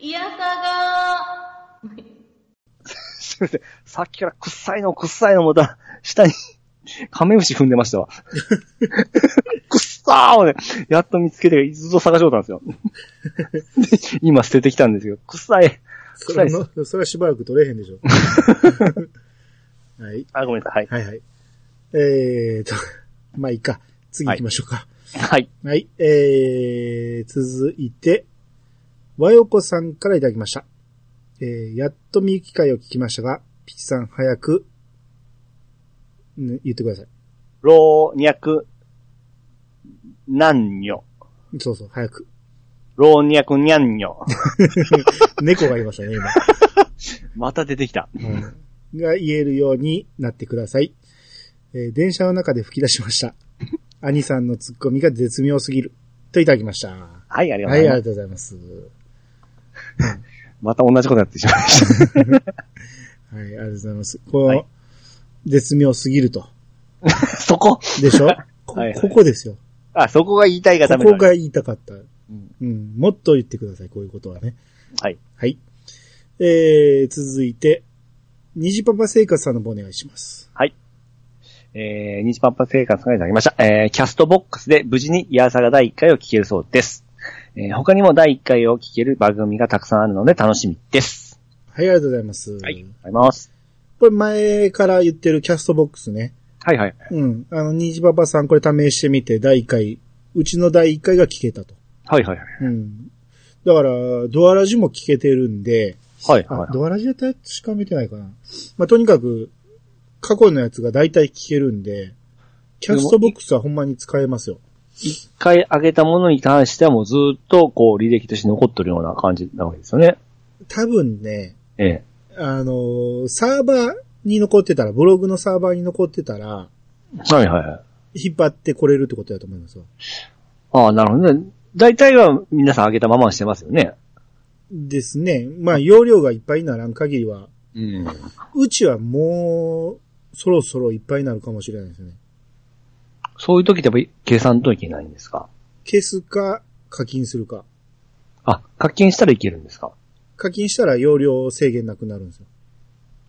いやさがすいません。さっきからくっさいの、くっさいのまた、下に、 カメムシ踏んでましたわ。 くっさーをね、やっと見つけて、ずっと探しようとったんですよ。で 今捨ててきたんですけど、くっさい。それはの、それはしばらく取れへんで しょ。はい。あ、ごめんなさい。はいはい。えーと、 まあいいか。次行きましょうか。はい。はい。えー、続いて、和よこさんからいただきました。えー、やっと見る機会を聞きましたが、ピチさん早く、ん言ってください。老若男女。そうそう、早く。老若にゃんにょ。猫がいましたね、今。また出てきた。が言えるようになってください。えー電車の中で吹き出しました。兄さんのツッコミが絶妙すぎる。といただきました。ははい、ありい、があとうごりざいがます。とうございます。また同じことやってしまいました。はい、ありがとうございます。この、はい絶妙すぎると。そこ でしょこはいはいここですよ。あ、そこが言いたいがたこめのこが言いたかった。うんん、もっと言ってください、こういうことはね。はい。はい。えー、続いて、虹パパ生活さんの方お願いします。えー、日パンパ生活がいただきました。えー、キャストボックスで無事にイヤーサが第1回を聞けるそうです。えー、他にも第1回を聞ける番組がたくさんあるので楽しみです。はい、ありがとうございます。ありがとうございます。これ前から言ってるキャストボックスね。はいはい。うん。あの、虹パパさんこれ試してみて、第1回、うちの第1回が聞けたと。はいはい。うん。だから、ドアラジも聞けてるんで、はいあはい。ドアラジだったやつしか見てないかな。まあ、とにかく、過去のやつが大体聞けるんで、キャストボックスはほんまに使えますよ。一回上げたものに関してはもうずっとこう履歴として残ってるような感じなわけですよね。多分ね、ええ。あのーサーバーに残ってたら、ブログのサーバーに残ってたら、はいはいはい。引っ張ってこれるってことだと思いますよ。ああ、なるほどね。大体は皆さん上げたままにしてますよね。ですね。まあ、容量がいっぱいにならん限りは、うん。うちはもう、そろそろいっぱいになるかもしれないですね。そういう時ってやっぱり計算といけないんですか消すか、課金するか。あ、課金したらいけるんですか課金したら容量制限なくなるんですよ。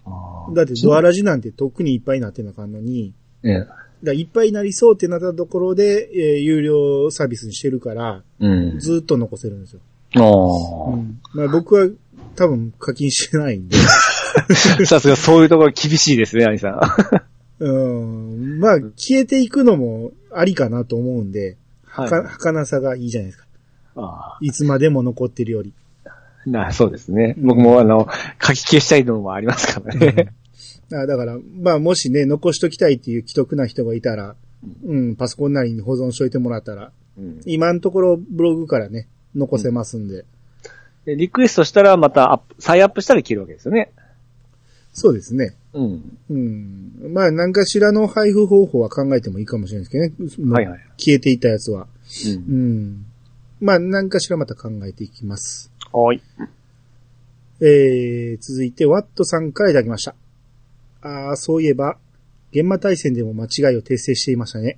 あだってドアラジなんてとっくにいっぱいになってなあかんのに、ええ。だからいっぱいになりそうってなったところで、えー有料サービスにしてるから、うん。ずーっと残せるんですよ。あうあ。ん。まあ僕は多分課金してないんで、 さすがそういうところ厳しいですね、兄さん。うん。まあ消えていくのもありかなと思うんで、はか、儚さがいいじゃないですか。あいつまでも残ってるより。あなそうですね。うん僕もあの、書き消したいのもありますからね。あだから、まあもしね、残しときたいっていう既得な人がいたら、うん、パソコンなりに保存しといてもらったら、うん今のところブログからね、残せますんで。でリクエストしたらまたアップ、再アップしたら消えるわけですよね。そうですね。うん。うん。まあ何かしらの配布方法は考えてもいいかもしれないですけどね。はいはい。消えていたやつは。う。うんん。まあ何かしらまた考えていきます。はい。えー、続いて、ワットさんからいただきました。あー、そういえば、現場対戦でも間違いを訂正していましたね。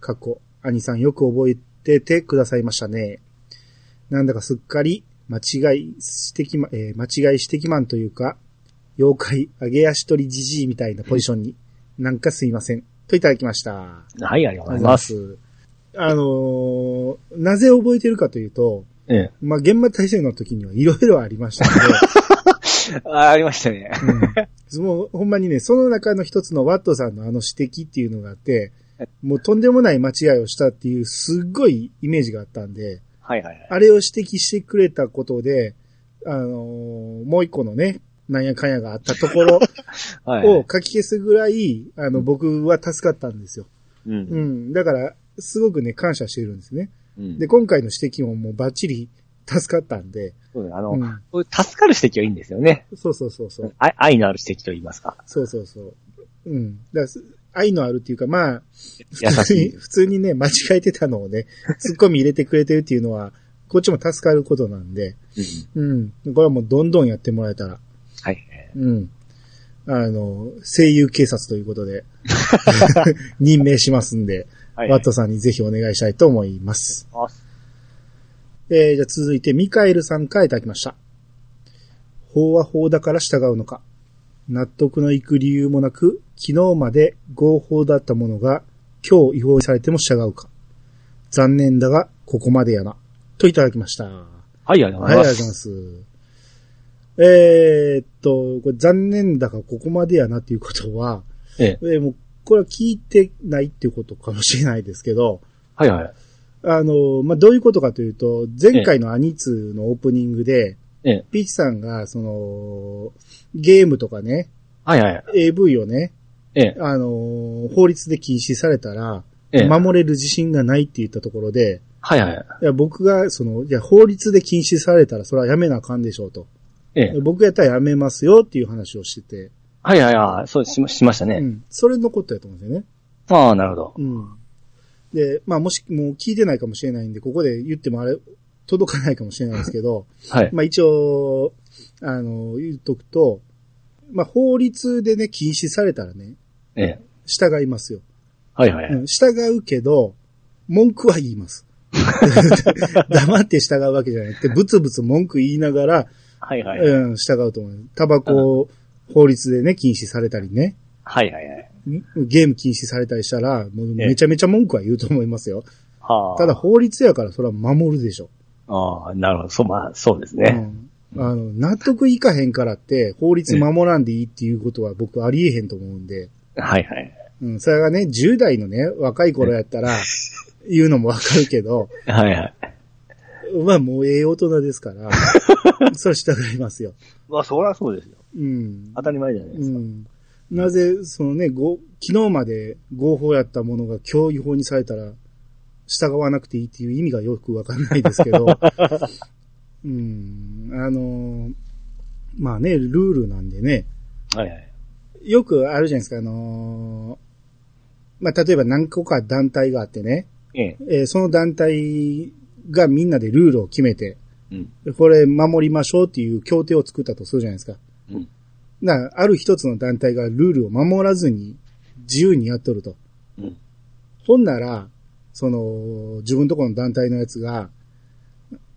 過去、兄さんよく覚えててくださいましたね。なんだかすっかり、間違いしてきま、えー間違いしてきまんというか、妖怪、揚げ足取りじじいみたいなポジションに、なんかすいません。といただきました。はい、ありがとうございます。ありがとうございます。あのーなぜ覚えてるかというと、ええ。まあ、現場対戦の時にはいろいろありましたので、あ、ありましたね。もうほん まにね、その中の一つのワットさんのあの指摘っていうのがあって、もうとんでもない間違いをしたっていうすっごいイメージがあったんで、はいはいはい。あれを指摘してくれたことで、あのーもう一個のね、なんやかんやがあったところはいはをい。書き消すぐらい、あの、僕は助かったんですよ。う。うんん。だから、すごくね、感謝してるんですね。うんで、今回の指摘ももうバッチリ助かったんで、そうねあの、うん。こういう助かる指摘はいいんですよね。そうそうそうそう。愛愛のある指摘と言いますか。そうそうそう。うん。だからす愛のあるっていうか、まあ、優普通しに、い。 普通にね、間違えてたの をね、突っ込み入れてくれてるっていうのは、こっちも助かることなんで、うん。これはもうどんどんやってもらえたら、はい。うん。あの、声優警察というこ とで、 任命しますんで、はい。ワットさんにぜひお願いしたいと思います。あえー、じゃあ続いて、ミカエルさんからいただきました。法は法だから従うのか。納得のいく理由もなく、昨日まで合法だったものが今日違法にされても従うか。残念だが、ここまでやな。といただきました。はい、ありがとうごはい、あざいりまがとうごす。ざいます。えーっと、これ残念だがここまでやなっていうことは、ええーもう、これは聞いてないっていうことかもしれないですけど、はい、はい。あの、まあ、どういうことかというと、前回のアニツーのオープニングで、ええピーチさんが、その、ゲームとかね、はい、はい。 AV をね、ええ、あの、法律で禁止されたら、ええ。守れる自信がないって言ったところで、はい、はい。いや僕が、その、いや、法律で禁止されたら、それはやめなあかんでしょうと。ええ。僕やったらやめますよっていう話をしてて、はい、はい、はい。そうしましましたうね。ん。それのことやと思うんですよね。ああ、なるほど。うん。で、まあ、もし、もう聞いてないかもしれないんで、ここで言ってもあれ、届かないかもしれないですけど、はい。 まあ、一応、あの、言っとくと、まあ、法律でね、禁止されたらね、ええ。従いますよ。はい、はうい。ん、従うけど、文句は言 います。黙って従うわけじゃなくて、ぶつぶつ文句言いながら、はい、はい。はい、うん、従うと思う。タバコを法律でね、禁止されたりね、はい、はい。ゲーム禁止されたりしたら、もうめちゃめちゃ文句は言うと思いますよ。はあ。ただ、法律やからそれは守るでしょ。ああ、なるほど。そう、まあ、そうですね。うん、あの、納得いかへんからって、法律守らんでいいっていうことは僕ありえへんと思うんで、はい、はい。うん、それがね、10代のね、若い頃やったら、言うのもわかるけど、はい、はい。まあもうええ大人です から、それ従いますよ。まあ、そりゃそうですよ。うん。当たり前じゃないでうすか。ん。なぜ、そのね、ご昨日まで合法やったものが今日違法にされたら、従わなくていいっていう意味がよくわかんないですけ ど、うん、あの、まあね、ルールなんでね、はい、はい。よくあるじゃないですか、あの、まあ例えば何個か団体があってね、ええ。えーその団体がみんなでルールを決めて、うん。これ守りましょうっていう協定を作ったとするじゃないですか。うん。だからある一つの団体がルールを守らずに自由にやっとると。うん。ほんなら、その、自分とこの団体のやつが、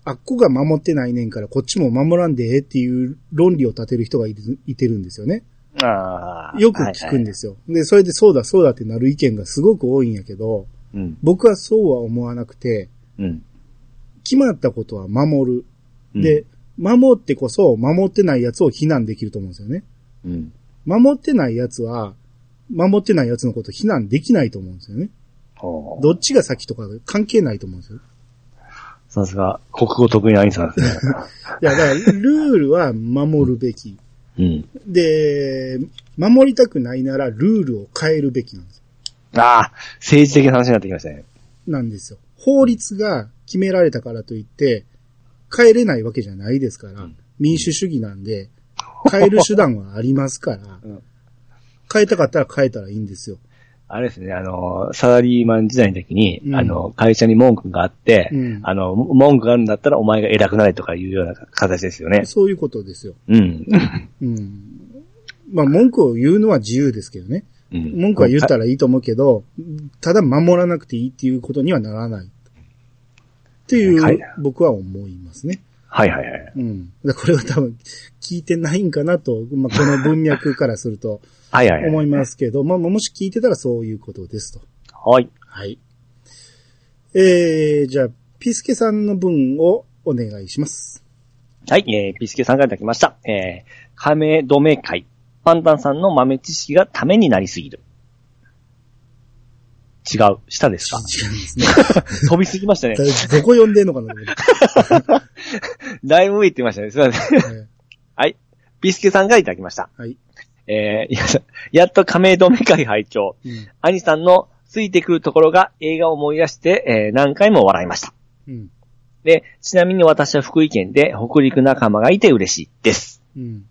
あっこが守ってないねんからこっちも守らんでええっていう論理を立てる人がいるいてるんですよね。ああ。。よく聞くんですすよ。で、それでそうだそうだってなる意見がすごく多いんやけど、うん。僕はそうは思わなくて、うん。決まったことは守る。うんで、、守ってこそ守ってないやつを非難できると思うんですよね。うん。守ってないやつは、守ってないやつのことを非難できないと思うんですよね。ほうどっちが先とか関係ないと思うんですよ。さすが、国語得意な兄さん ですね。いや、だから、ルールは守るべき。うん。で、守りたくないならルールを変えるべきなんですよ。ああ、政治的な話になってきましたね。なんですよ。法律が決められたからといって、変えれないわけじゃないですから、うん民主主義なんで、変える手段はありますからうん、変えたかったら変えたらいいんですよ。あれですね、あの、サラリーマン時代の時に、うんあの、会社に文句があって、うんあの、文句があるんだったらお前が偉くなれとかいうような形ですよね。そういうことですよ。うん。うん。まあ、文句を言うのは自由ですけどね。うん文句は言ったらいいと思うけど、ただ守らなくていいっていうことにはならない。ってい、はいう僕は思いますね。はいはいはい。うん。だからこれは多分、聞いてないんかなと、まあ、この文脈からするとはいはいはい。思いますけど、まあ、もし聞いてたらそういうことですと。はい。はい。えー、じゃあ、ピスケさんの文をお願いします。はい、えー、ピスケさんからいただきました。えー、亀止め会。パンタンさんの豆知識がためになりすぎる。違う。下です か違うん ですね。飛びすぎましたね。どこ読んでんのかなと思っだいぶ上行ってましたね。すいません。てはいはい。ビスケさんがいただきました。はい。えー、ややっと亀止め会拝聴。うん兄さんのついてくるところが映画を思い出して、えー何回も笑いました。うん。で、ちなみに私は福井県で北陸仲間がいて嬉しいです。うん。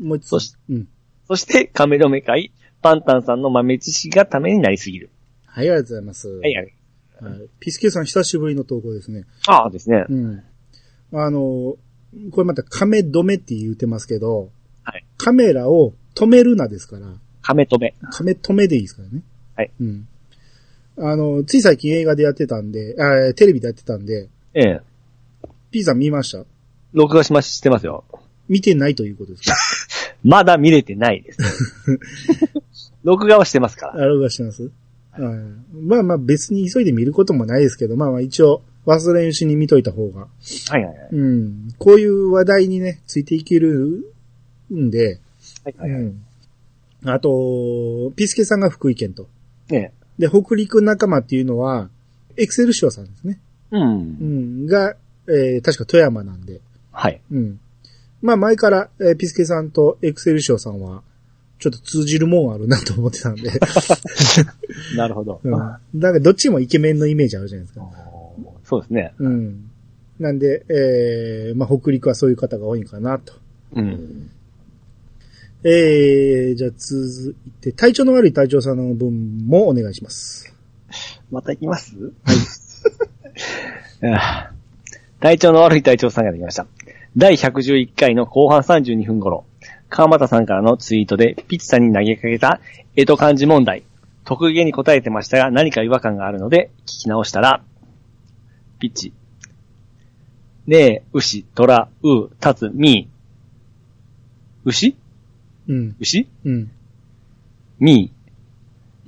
もう一つそしうん。そして、亀止め会、パンタンさんの豆知識がためになりすぎる。はい、ありがとうございます。はい、はい。はいピスケさん久しぶりの投稿ですね。ああですね。うん。あの、これまた亀止めって言ってますけど、はいカメラを止めるなですから、亀止め。亀止めでいいですからね。はい。うん。あの、つい最近映画でやってたんで、あテレビでやってたんで、ええ P さん見ました録画しまし、してますよ。見てないということ ですかまだ見れてないです。録画はしてますから。あ録画してます、うんまあまあ別に急いで見ることもないですけど、まあまあ一応忘れんうちに見といた方が、はいはいはいうん、こういう話題にね、ついていけるんで、はいはういはい。ん。あと、ピスケさんが福井県と。ねで、北陸仲間っていうのは、エクセル賞さんですね。う。うんん。が、えー確か富山なんで。はい。うん。まあ前から、えーピスケさんとエクセル賞さんは、ちょっと通じるもんあるなと思ってたん で。なるほど。うん。なんかどっちもイケメンのイメージあるじゃないですか。おーそうですね。うん。なんで、えーまあ北陸はそういう方が多いんかなと。うん。えー、じゃあ続いて、体調の悪い隊長さんの分もお願いします。また行きます はい。体調の悪い隊長さんができました。第111回の後半32分頃、川又さんからのツイートで、ピッチさんに投げかけた、江戸漢字問題。得意げに答えてましたが、何か違和感があるので、聞き直したら、ピッチ。ねえ、牛、虎、う、たつ、みー。牛うん、牛うん。ミ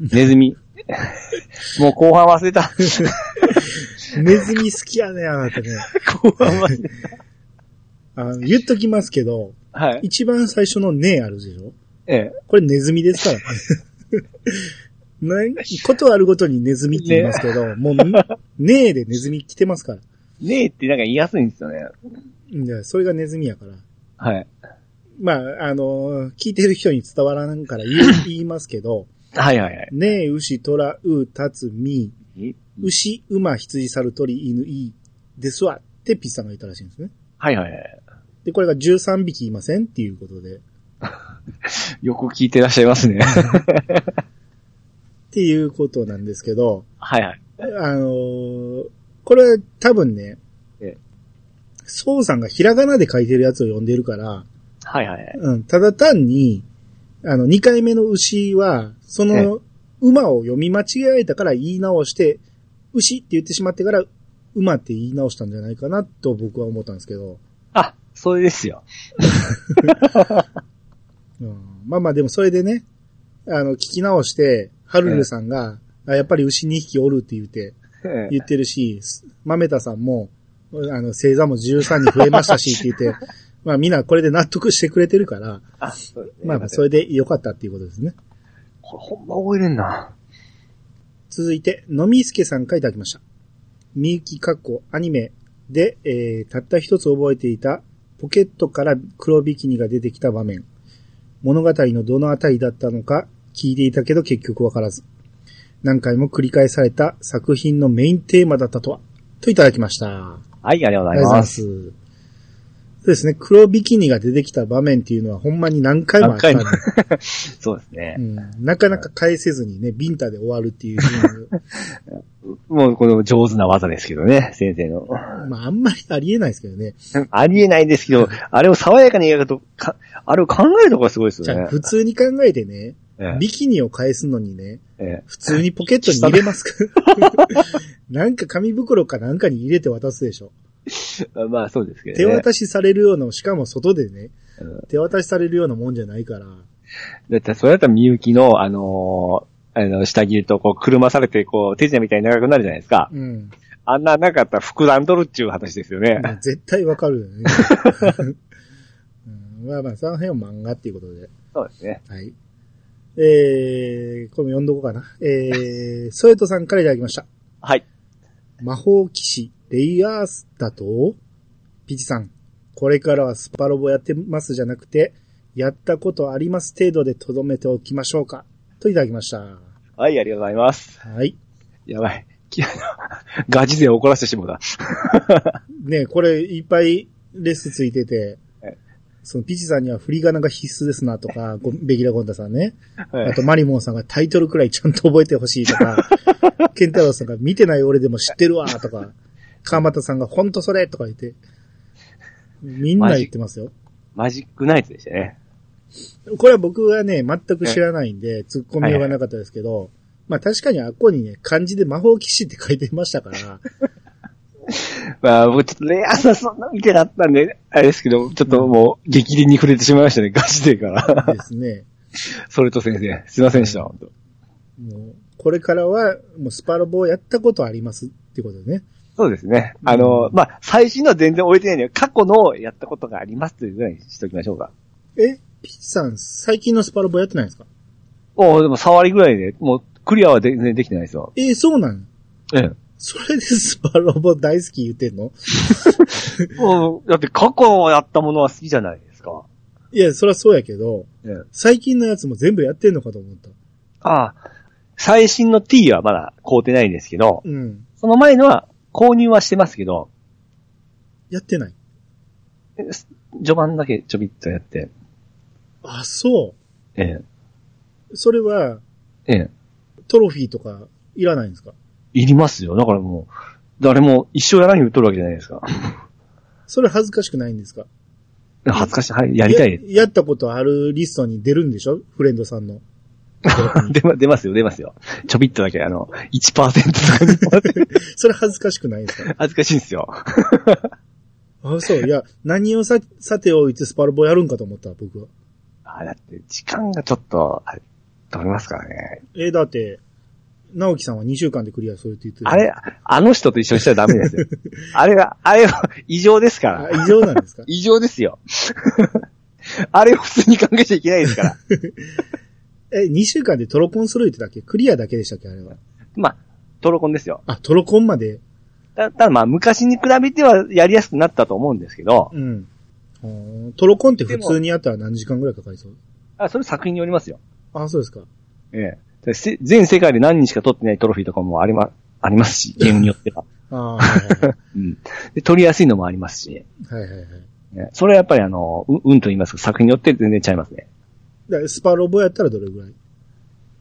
ー、ネズミ。もう後半忘れた。ネズミ好きやね、あな たね。後半忘れた。あの、言っときますけど、はい。一番最初のねあるでしょええ。これネズミですからね。 なんことあるごとにネズミって言いますけ ど、もう、ねえでネズミ来てますから。ねえってなんか言いやすいんですよね。うんじゃあそれがネズミやから。はい。まあ、あのー聞いてる人に伝わらんから言 い言いますけど、はいはいはい。ねえ、牛、虎、う、たつ、み、牛牛、馬、羊、猿、鳥、犬、いい、ですわってピッさんが言ったらしいんですね。はいはいはい。で、これが13匹いませんっていうことで。よく聞いてらっしゃいますね。っていうことなんですけど、 はいはい。あのーこれ多分ねええ、そうさんがひらがなで書いてるやつを読んでるから、はいはいはい。うん、ただ単に、あの、2回目の牛は、そえの、馬を読み間違えたから言い直して、牛って言ってしまってから、馬って言い直したんじゃないかなと僕は思ったんですけど、あ、それですよ。うんまあまあでもそれでね、あの、聞き直して、ハルルさんが、あやっぱり牛2匹おるって言って、ええ言ってるし、す豆田さんも、あの、星座も13に増えましたしって言って、 まあみんなこれで納得してくれてるから、あ、そうですねまあまあそれで良かったっていうことですね。これほんま覚えれんな。続いて、のみすけさんからいただきました。みゆきかっこアニメで、えー、たった一つ覚えていたポケットから黒ビキニが出てきた場面。物語のどのあたりだったのか聞いていたけど結局わからず。何回も繰り返された作品のメインテーマだったとは。といただきました。はい、ありがとうごあざりいがとうございま。ますす。そうですね。黒ビキニが出てきた場面っていうのはほんまに何回もあったんで何回そうですねう。ん、なかなか返せずにね、ビンタで終わるっていう風にもうこの上手な技ですけどね、先生の。まあ、あんまりありえないですけどね。ありえないですけど、あれを爽やかに描くと、かあれを考えるとこがすごいですじよゃあ、ね。普通に考えてね、ええビキニを返すのにね、ええ普通にポケットに入れます かなんか紙袋かなんかに入れて渡すでしょ。まあそうですけどね。手渡しされるような、しかも外でねうん、手渡しされるようなもんじゃないから。だって、それだったらみゆきの、あのーあの、下着と、こう、くるまされて、こう、手品みたいに長くなるじゃないですか。うん。あんななかったら膨らんどるっていう話ですよね。絶対わかるよね。 うんまあまあ、その辺は漫画っていうことで。そうですね。はい。えー、これも読んどこうかな。えー、ソエトさんからいただきました。はい。魔法騎士、レイアースだとピチさん、これからはスパロボやってますじゃなくて、やったことあります程度でとどめておきましょうか。といただきました。はい、ありがとうございます。はい。やばい。 きガチ勢を怒らせてしもうた。ねえこれいっぱいレスついててはい、そのピチさんには振り仮名が必須ですなとか、ごベギラゴンダさんね。はいあとマリモンさんがタイトルくらいちゃんと覚えてほしいとか、ケンタロウさんが見てない俺でも知ってるわとか、川又さんがほんとそれとか言って、みんな言ってますよ。マジックナイツでしたね。これは僕はね、全く知らないんで、突っ込みようがなかったですけど、まあ確かにあっこにね、漢字で魔法騎士って書いてましたから、まあ、僕ちょっとレアさそんな見てなかったんで、あれですけど、ちょっともう、激励に触れてしまいましたね、ガチでから。 ですね。それと先生、すいませんでした、本当もう、これからは、もうスパロボをやったことありますってことね。そうですね。あの、まあ、最新のは全然終えてないので、過去のやったことがありますというぐらいにしておきましょうか。え、ピッチさん、最近のスパロボやってないんですかおうでも触りぐらいで、もう、クリアは全然できてないですよ。えーそうなんええ。それでスパロボ大好き言ってんのもう、だって過去やったものは好きじゃないですか。いや、そりゃそうやけど、ええ。最近のやつも全部やってんのかと思った。ああ、最新の T はまだ買うてないんですけど、うん。その前のは購入はしてますけど、やってない。えす序盤だけちょびっとやって、あ、そええ、う。それは、ええ、トロフィーとかいらないんですかいりますよ。だからもう、誰も一生やらん言うとるわけじゃないですか。 それ恥ずかしくないんですか恥ずかしい。はい、やりたい。や。やったことあるリストに出るんでしょフレンドさ んの。出ま、出ますよ、出ますよ。ちょびっとだけ、あの、1%とか2%。それ恥ずかしくないんですか 恥ずかしいんですよ。あ、そう。いや、何をさ、さておいてスパロボやるんかと思った、僕は。あだって、時間がちょっと、あれ、取れますからね。えーだって、直樹さんは2週間でクリアするって言ってるあれ、あの人と一緒にしたらダメですよ。あれは、あれは異常ですかあら。異常なんですか異常ですよ。 あれを普通に考えちゃいけないですから。え、2週間でトロコンするってだけクリアだけでしたっけあれは。まあ、トロコンですよ。あ、トロコンまで。たただまあ、昔に比べてはやりやすくなったと思うんですけど、うん。あートロコンって普通にやったら何時間ぐらいかかりそうあそれ作品によりますよ。あ、そうですか。ええでせ全世界で何人しか取ってないトロフィーとかもありま、ありますし、ゲームによっては。あーうん。で、取りやすいのもありますし、はいはいはいはい。ねそれはやっぱりあの、う、うんと言いますか、作品によって全然ちゃいますね。だからスパロボやったらどれぐらい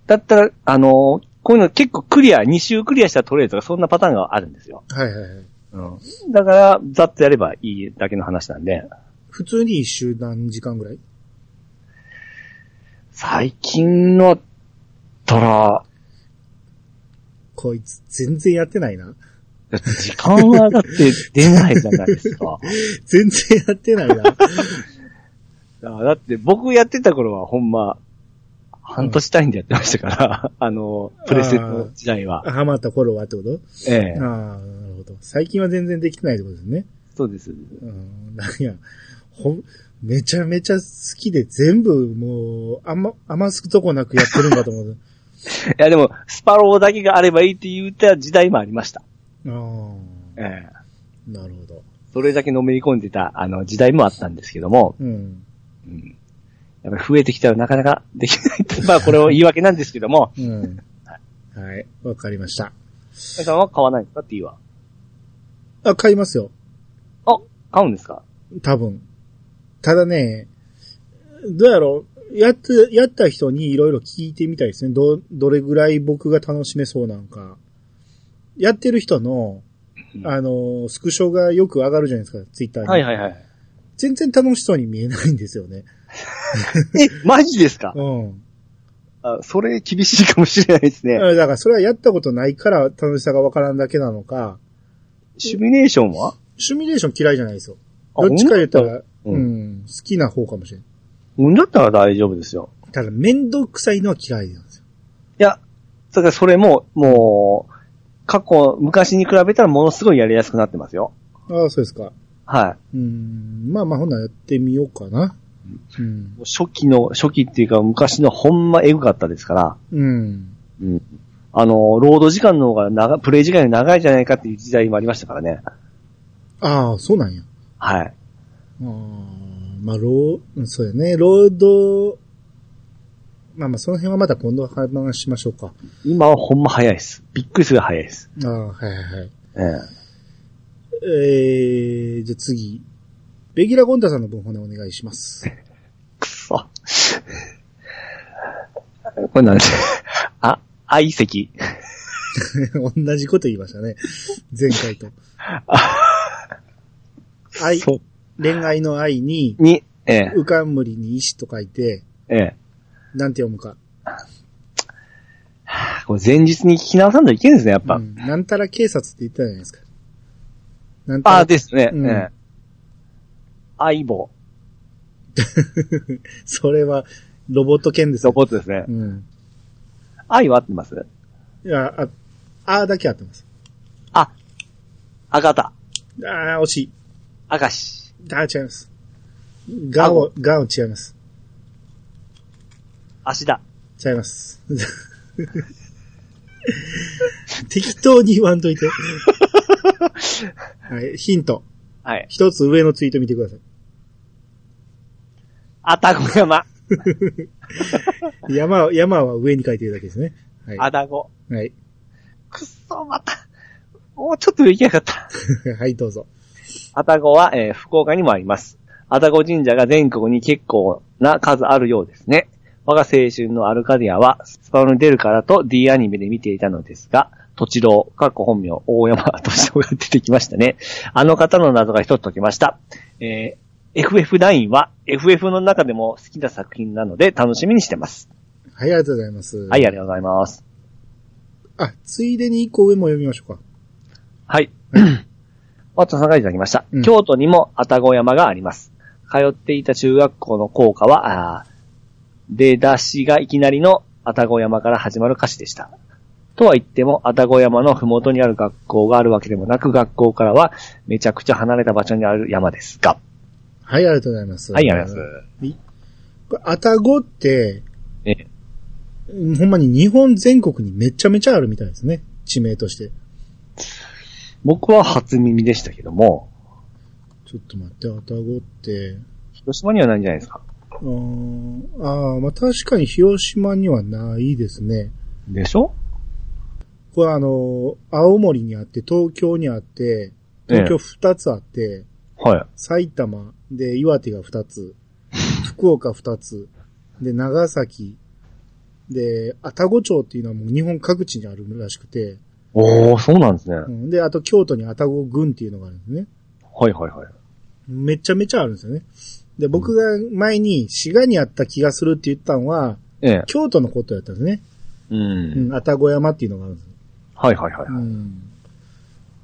だったら、あの、こういうの結構クリア、2周クリアしたら取れるとか、そんなパターンがあるんですよ。はいはいはい。うん。だから、ざっとやればいいだけの話なんで、普通に一周何時間ぐらい最近の、ったら、こいつ全然やってないな。だって時間はだって出ないじゃないですか。 全然やってないな。 だからだって僕やってた頃はほんま、半年単位でやってましたから、あの、プレステの時代は。ハマった頃はってことええああ、なるほど。最近は全然できてないってことですね。そうです。うん、なんや、ほん、めちゃめちゃ好きで全部もう、あんま、余すとこなくやってるんかと思う。 いやでも、スパローだけがあればいいって言った時代もありました。あええあ、なるほど。それだけのめり込んでた、あの、時代もあったんですけども、うん。うんやっぱり増えてきたらなかなかできないって。 まあこれを言い訳なんですけども、 うん。はい、わかりました。皆さんは買わないんですかって言うわ。あ、買いますよ。あ、買うんですか多分。ただね、どうやろうやって、やった人にいろいろ聞いてみたいですね。ど、どれぐらい僕が楽しめそうなんか。やってる人のう、んあの、スクショがよく上がるじゃないですか、ツイッターに。はいはいはい。全然楽しそうに見えないんですよね。 え、マジですかうん。あそれ厳しいかもしれないですね。だからそれはやったことないから楽しさがわからんだけなのか、シミュレーションはシミュレーション嫌いじゃないですよ。あどっちか言ったら、ううんん、好きな方かもしれん。うんだったら大丈夫ですよ。ただ、めんどくさいのは嫌いなんですよ。いや、だからそれも、もう、過去、昔に比べたらものすごいやりやすくなってますよ。ああ、そうですか。はうん、まあまあ、ほんならやってみようかな。うい。。んもう初期の、初期っていうか昔のほんまエグかったですから、うん。うん。あの、労働時間の方が長い、プレイ時間より長いじゃないかっていう時代もありましたからね。ああ、そうなんや。はい。あーまあ、労、うんそうやね。労働、まあまあ、その辺はまた今度話しましょうか。今はほんま早いです。びっくりするぐらい早いです。ああ、はいはいはい。えええー、じゃあ次。ベギラゴンタさんの分本でお願いします。 くそ。 これなんであ、愛席。同じこと言いましたね。前回と。愛、そう恋愛の愛に、に、ええうかんむりに石と書いて、ええ。なんて読むか。これ前日に聞き直さんといけんですね、やっぱ。うん、なんたら警察って言ったじゃないですか。なんああ、と、ですね。うんええ相棒。 それは、ロボット犬ですロよ。ボットですね。うん。愛は合ってますいや、あ、あーだけ合ってます。あ、あがた、あー、惜しい。あがし、あー、違います。ガを、ガを違います。あしだ。違います。 適当に言わ んといて。はい、ヒント。はい。一つ上のツイート見てくださあたご山、い。山は、山は上に書いてるだけですね。はい。あだご。はい。 くっそ、また。もうちょっと上行きやがった。はい、どうぞ。あたごは、えー福岡にもあります。あたご神社が全国に結構な数あるようですね。我が青春のアルカディアは、スパロに出るからと D アニメで見ていたのですが、とちろう、かっこ本名、大山とちろうが出てきましたね。あの方の謎が一つ解けました。えー FF9 は FF の中でも好きな作品なので楽しみにしてます。はい、ありがとうございます。は。い、ありがとうございます。あ、ついでに一個上も読みましょうか。 はい。ワットさんからいただきました。うん京都にも愛宕山があります。通っていた中学校の校歌は、あー出だしがいきなりの愛宕山から始まる歌詞でした。とは言っても、愛宕山の麓にある学校があるわけでもなく、学校からはめちゃくちゃ離れた場所にある山ですが。はい、ありがとうございます。はい、ありがとうございます。これ、アタゴって、ええうんほんまに日本全国にめちゃめちゃあるみたいですね。地名として。僕は初耳でしたけども、ちょっと待って、アタゴって、広島にはないんじゃないですか。あーあー、まあ確かに広島にはないですね。でしょこれはあの、青森にあって、東京にあって、東京二つあって、はい。埼玉で岩手が二つ、福岡二つ、で長崎、で、愛宕町っていうのはもう日本各地にあるらしくて、おー、そうなんですね。うん、で、あと京都に愛宕郡っていうのがあるんですね。はいはいはい。めちゃめちゃあるんですよね。で、僕が前に滋賀にあった気がするって言ったのは、ええ。京都のことやったんですね。う。うんん、愛宕山っていうのがあるんです。はいはいはい。うん。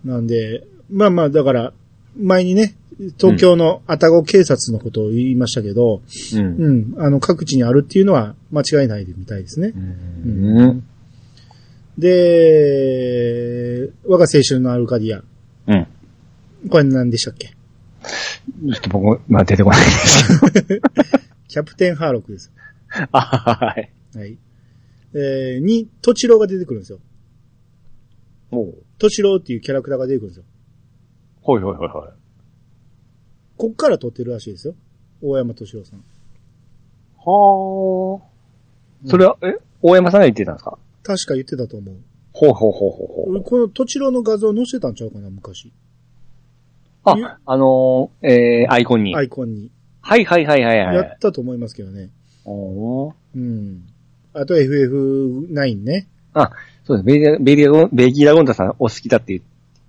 なんで、まあまあ、だから、前にね、東京の愛宕警察のことを言いましたけど、うんうん、あの、各地にあるっていうのは間違いないでみたいですね。うん。で、我が青春のアルカディア。うん。これ何でしたっけちょっと僕、まあ出てこないですキャプテンハーロックです。け ど。あはい。はい。えー、に、トチローが出てくるんですよ。もう。トチローっていうキャラクターが出てくるんですよ。はいはいはいはい。こっから撮ってるらしいですよ。大山敏郎さん。はあ。それは、え大山さんが言ってたんですか確か言ってたと思う。ほうほうほうほうほ俺う。このトチローの画像載せたんちゃうかな、昔。あ、あのー、えー、アイコンに。アはいイコンに。はいはいはいはやいっ。たと思いますけどね。おーうん。あと FF9 ね。そうです。ベギラ、ベギラゴン、ベギラゴンタさんお好きだって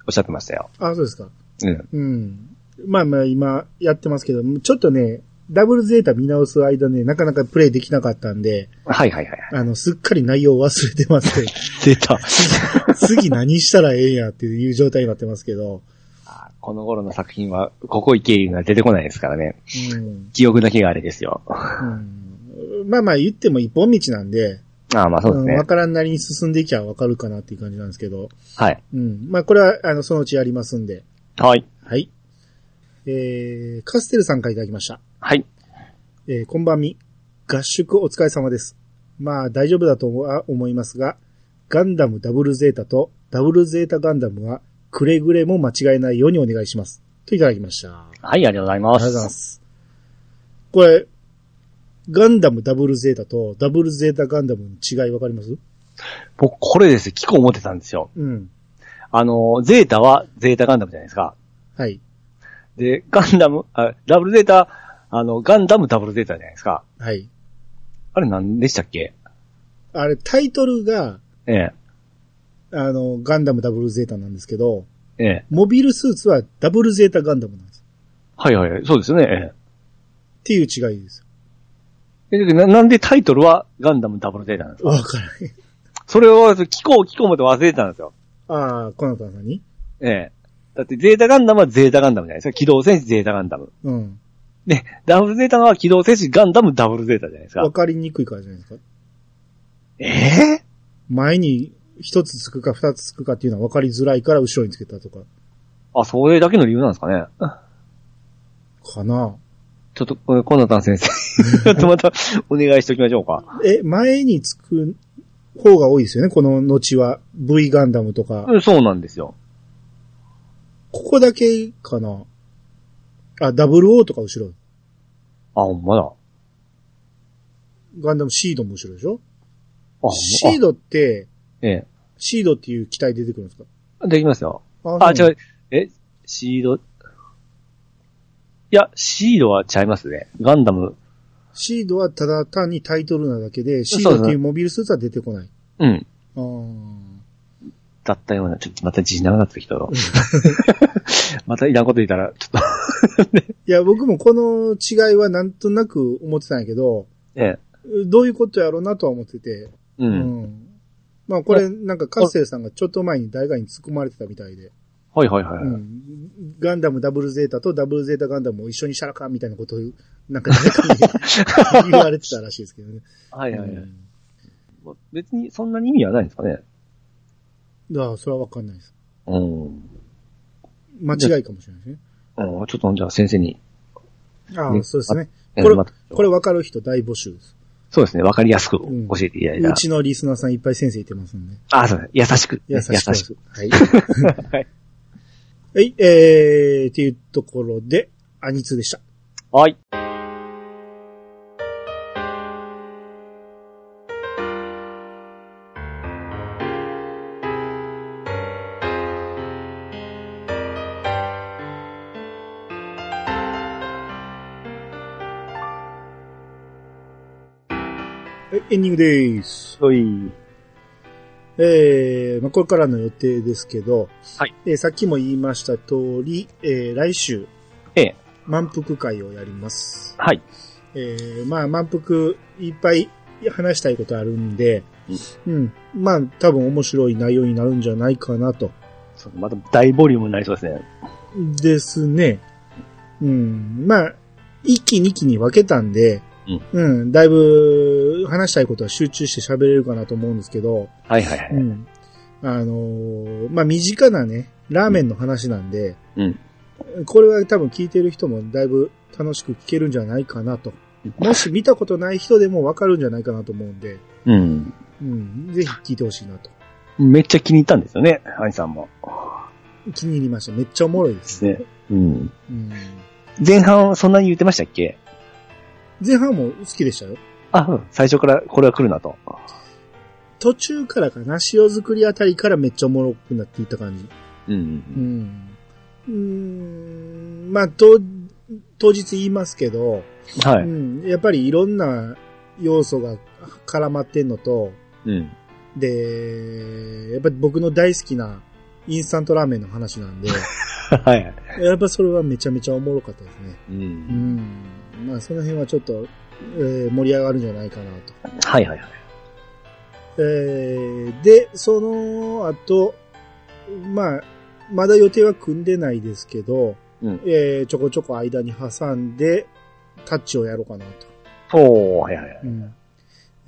おっしゃってましたよ。あ、そうですか。うん。うん。まあまあ今やってますけど、ちょっとね、ダブルゼータ見直す間ね、なかなかプレイできなかったんで、はいはいはい。あの、すっかり内容忘れてますけど 出た。次何したらええんやっていう状態になってますけど、あこの頃の作品は、ここ池入が出てこないですからね。うん。記憶だけがあれですよ。うん、まあまあ言っても一本道なんで、ああ、まあそうですんねわ。からんなりに進んでいきゃわかるかなっていう感じなんですけど、はい。うん。まあこれは、あの、そのうちやりますんで、はい。はい。えー、カステルさんからいただきました。はい。えーこんばんみ。合宿お疲れ様です。まあ大丈夫だと思あ思いますが、ガンダムダブルゼータとダブルゼータガンダムはくれぐれも間違えないようにお願いします。といただきました。ありはい、ありがとうございがま。とうございますす。これ、ガンダムダブルゼータとダブルゼータガンダムの違いわかります僕、これです。聞こう思ってたんですよ。うん。あの、ゼータはゼータガンダムじゃないですか。はい。で、ガンダム、あ、ダブルゼータ、あの、ガンダムダブルゼータじゃないですか。はい。あれ何でしたっけあれ、タイトルが、ええ、あの、ガンダムダブルゼータなんですけど、ええ。モビルスーツはダブルゼータガンダムなんです。はいはい、そうですよね。っていう違いです。ええ。でななんでタイトルはガンダムダブルゼータなんですかわからない。それを聞こう聞こうまで忘れてたんですよ。ああ、コナタンさんにええ。だってゼータガンダムはゼータガンダムじゃないですか。機動戦士ゼータガンダム。うん。で、ダブルゼータのは機動戦士ガンダムダブルゼータじゃないですわか。かりにくいからじゃないですか。ええ前に一つつくか二つつくかっていうのは分かりづらいから後ろにつけたとか。あ、それだけの理由なんですかね。かなちょっと、これコナタン先生。ちょっ とまた、お願いしておきましょうか。え、前につく方が多いですよね、この後は。V ガンダムとか。うんそうなんですよ。ここだけかなあ、00とか後ろ。あ、ほんまだ。あ、ガンダムシードも後ろでしょほんまシードって、あえシードっていう機体出てくるんですかえ。できますよ。ああ、そう違う。え、シード。いや、シードはちゃいますね。ガンダム。シードはただ単にタイトルなだけで、シードっていうモビルスーツは出てこない。うん。あだったような、ちょっとまた自信なくなってきたよ。 またいらんこと言ったら、ちょっと、ーいや、僕もこの違いはなんとなく思ってたんやけど、ええ。どういうことやろうなとは思ってて。う。うんん。まあこれ、なんかカッセルさんがちょっと前に誰かに突っ込まれてたみたいで。はいはいはい。うん。ガンダムダブルゼータとダブルゼータガンダムを一緒にしたらかみたいなことを、なんか誰かに言われてたらしいですけどね。はいはいはい。うん別にそんなに意味はないんですかね。だからそれはわかんないです。うん。うん、間違いかもしれないですね。ちょっとじゃあ先生に。ああ、ねそうですね。えこれまたこれわかる人大募集です。そうですね。わかりやすく教うんえていただいたうら。ちのリスナーさんいっぱい先生いてますんで。あ、そうです。優しく。優しく。優しく。はい。はい。 はい、えー、っていうところで、アニツでした。はい。はい、エンディングです。はい。えーまあ、これからの予定ですけど、はいえーさっきも言いました通り、えー来週、ええ満腹会をやります。はい。えーまあ、満腹いっぱい話したいことあるんで、うん。まあ、多分面白い内容になるんじゃないかなと。そうまた大ボリュームになりそうですね。ですね。うん。まあ、一期二期に分けたんで、うん、だいぶ話したいことは集中して喋れるかなと思うんですけど、はいはいはい。うん。あのーまあ、身近なね、ラーメンの話なんで、うんこれは多分聞いてる人もだいぶ楽しく聞けるんじゃないかなと。もし見たことない人でもわかるんじゃないかなと思うんで、うん。うん、ぜひ聞いてほしいなと。めっちゃ気に入ったんですよね。アニさんも。気に入りました。めっちゃおもろいで。ですすね。うん。うん、前半そんなに言ってましたっけ前半も好きでしたよ。あ、うん最初からこれは来るなと。途中からかな、塩作りあたりからめっちゃおもろくなっていった感じ。う。うんん。うーん、まあ、当当日言いますけど、はうい。ん、やっぱりいろんな要素が絡まってんのと、うん。で、やっぱり僕の大好きなインスタントラーメンの話なん で、 はい。やっぱそれはめちゃめちゃおもろかったですね。う。うんん。まあその辺はちょっと、えー盛り上がるんじゃないかなと。はいはいはい。えーで、その後、まあ、まだ予定は組んでないですけど、うんえーちょこちょこ間に挟んで、タッチをやろうかなと。おー、はいはいはい。うん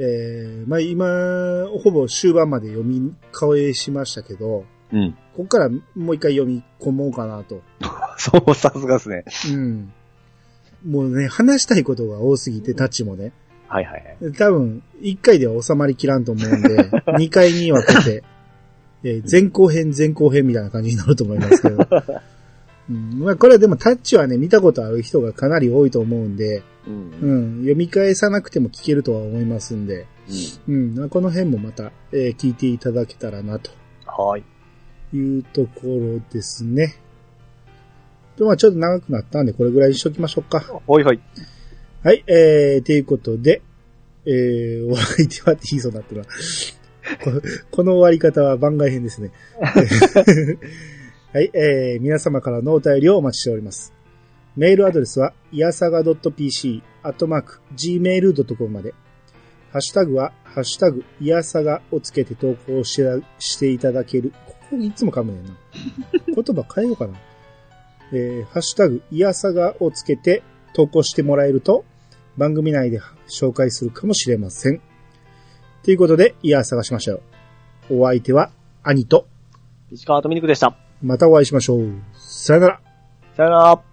えーまあ今、ほぼ終盤まで読み替えしましたけど、うん。ここからもう一回読み込もうかなと。そう、さすがですね。うん。もうね、話したいことが多すぎて、タッチもね。はいはいはい。多分、一回では収まりきらんと思うんで、二回に分けて、えー前後編、前後編みたいな感じになると思いますけど。うん、まあこれはでもタッチはね、見たことある人がかなり多いと思うんで、うんう。ん、読み返さなくても聞けるとは思いますんで、うん、この辺もまた、えー聞いていただけたらな、とはい。いうところですね。で、まあちょっと長くなったんで、これぐらいにしときましょうか。はいはい。はい、えー、ということで、えー、お相手はって言いそうになってるな。ここの終わり方は番外編ですね。はい、えー、皆様からのお便りをお待ちしております。メールアドレスは、いやさが .pc、アットマーク、gmail.com まで。ハッシュタグは、ハッシュタグ、いやさがをつけて投稿してしていただける。ここいつも噛むねんな。言葉変えようかな。えー、ハッシュタグ、いやさがをつけて投稿してもらえると、番組内で紹介するかもしれません。ということで、いやさがしましたよ。お相手は、兄と、ピチカートミニクでした。またお会いしましょう。さよなら。さよなら。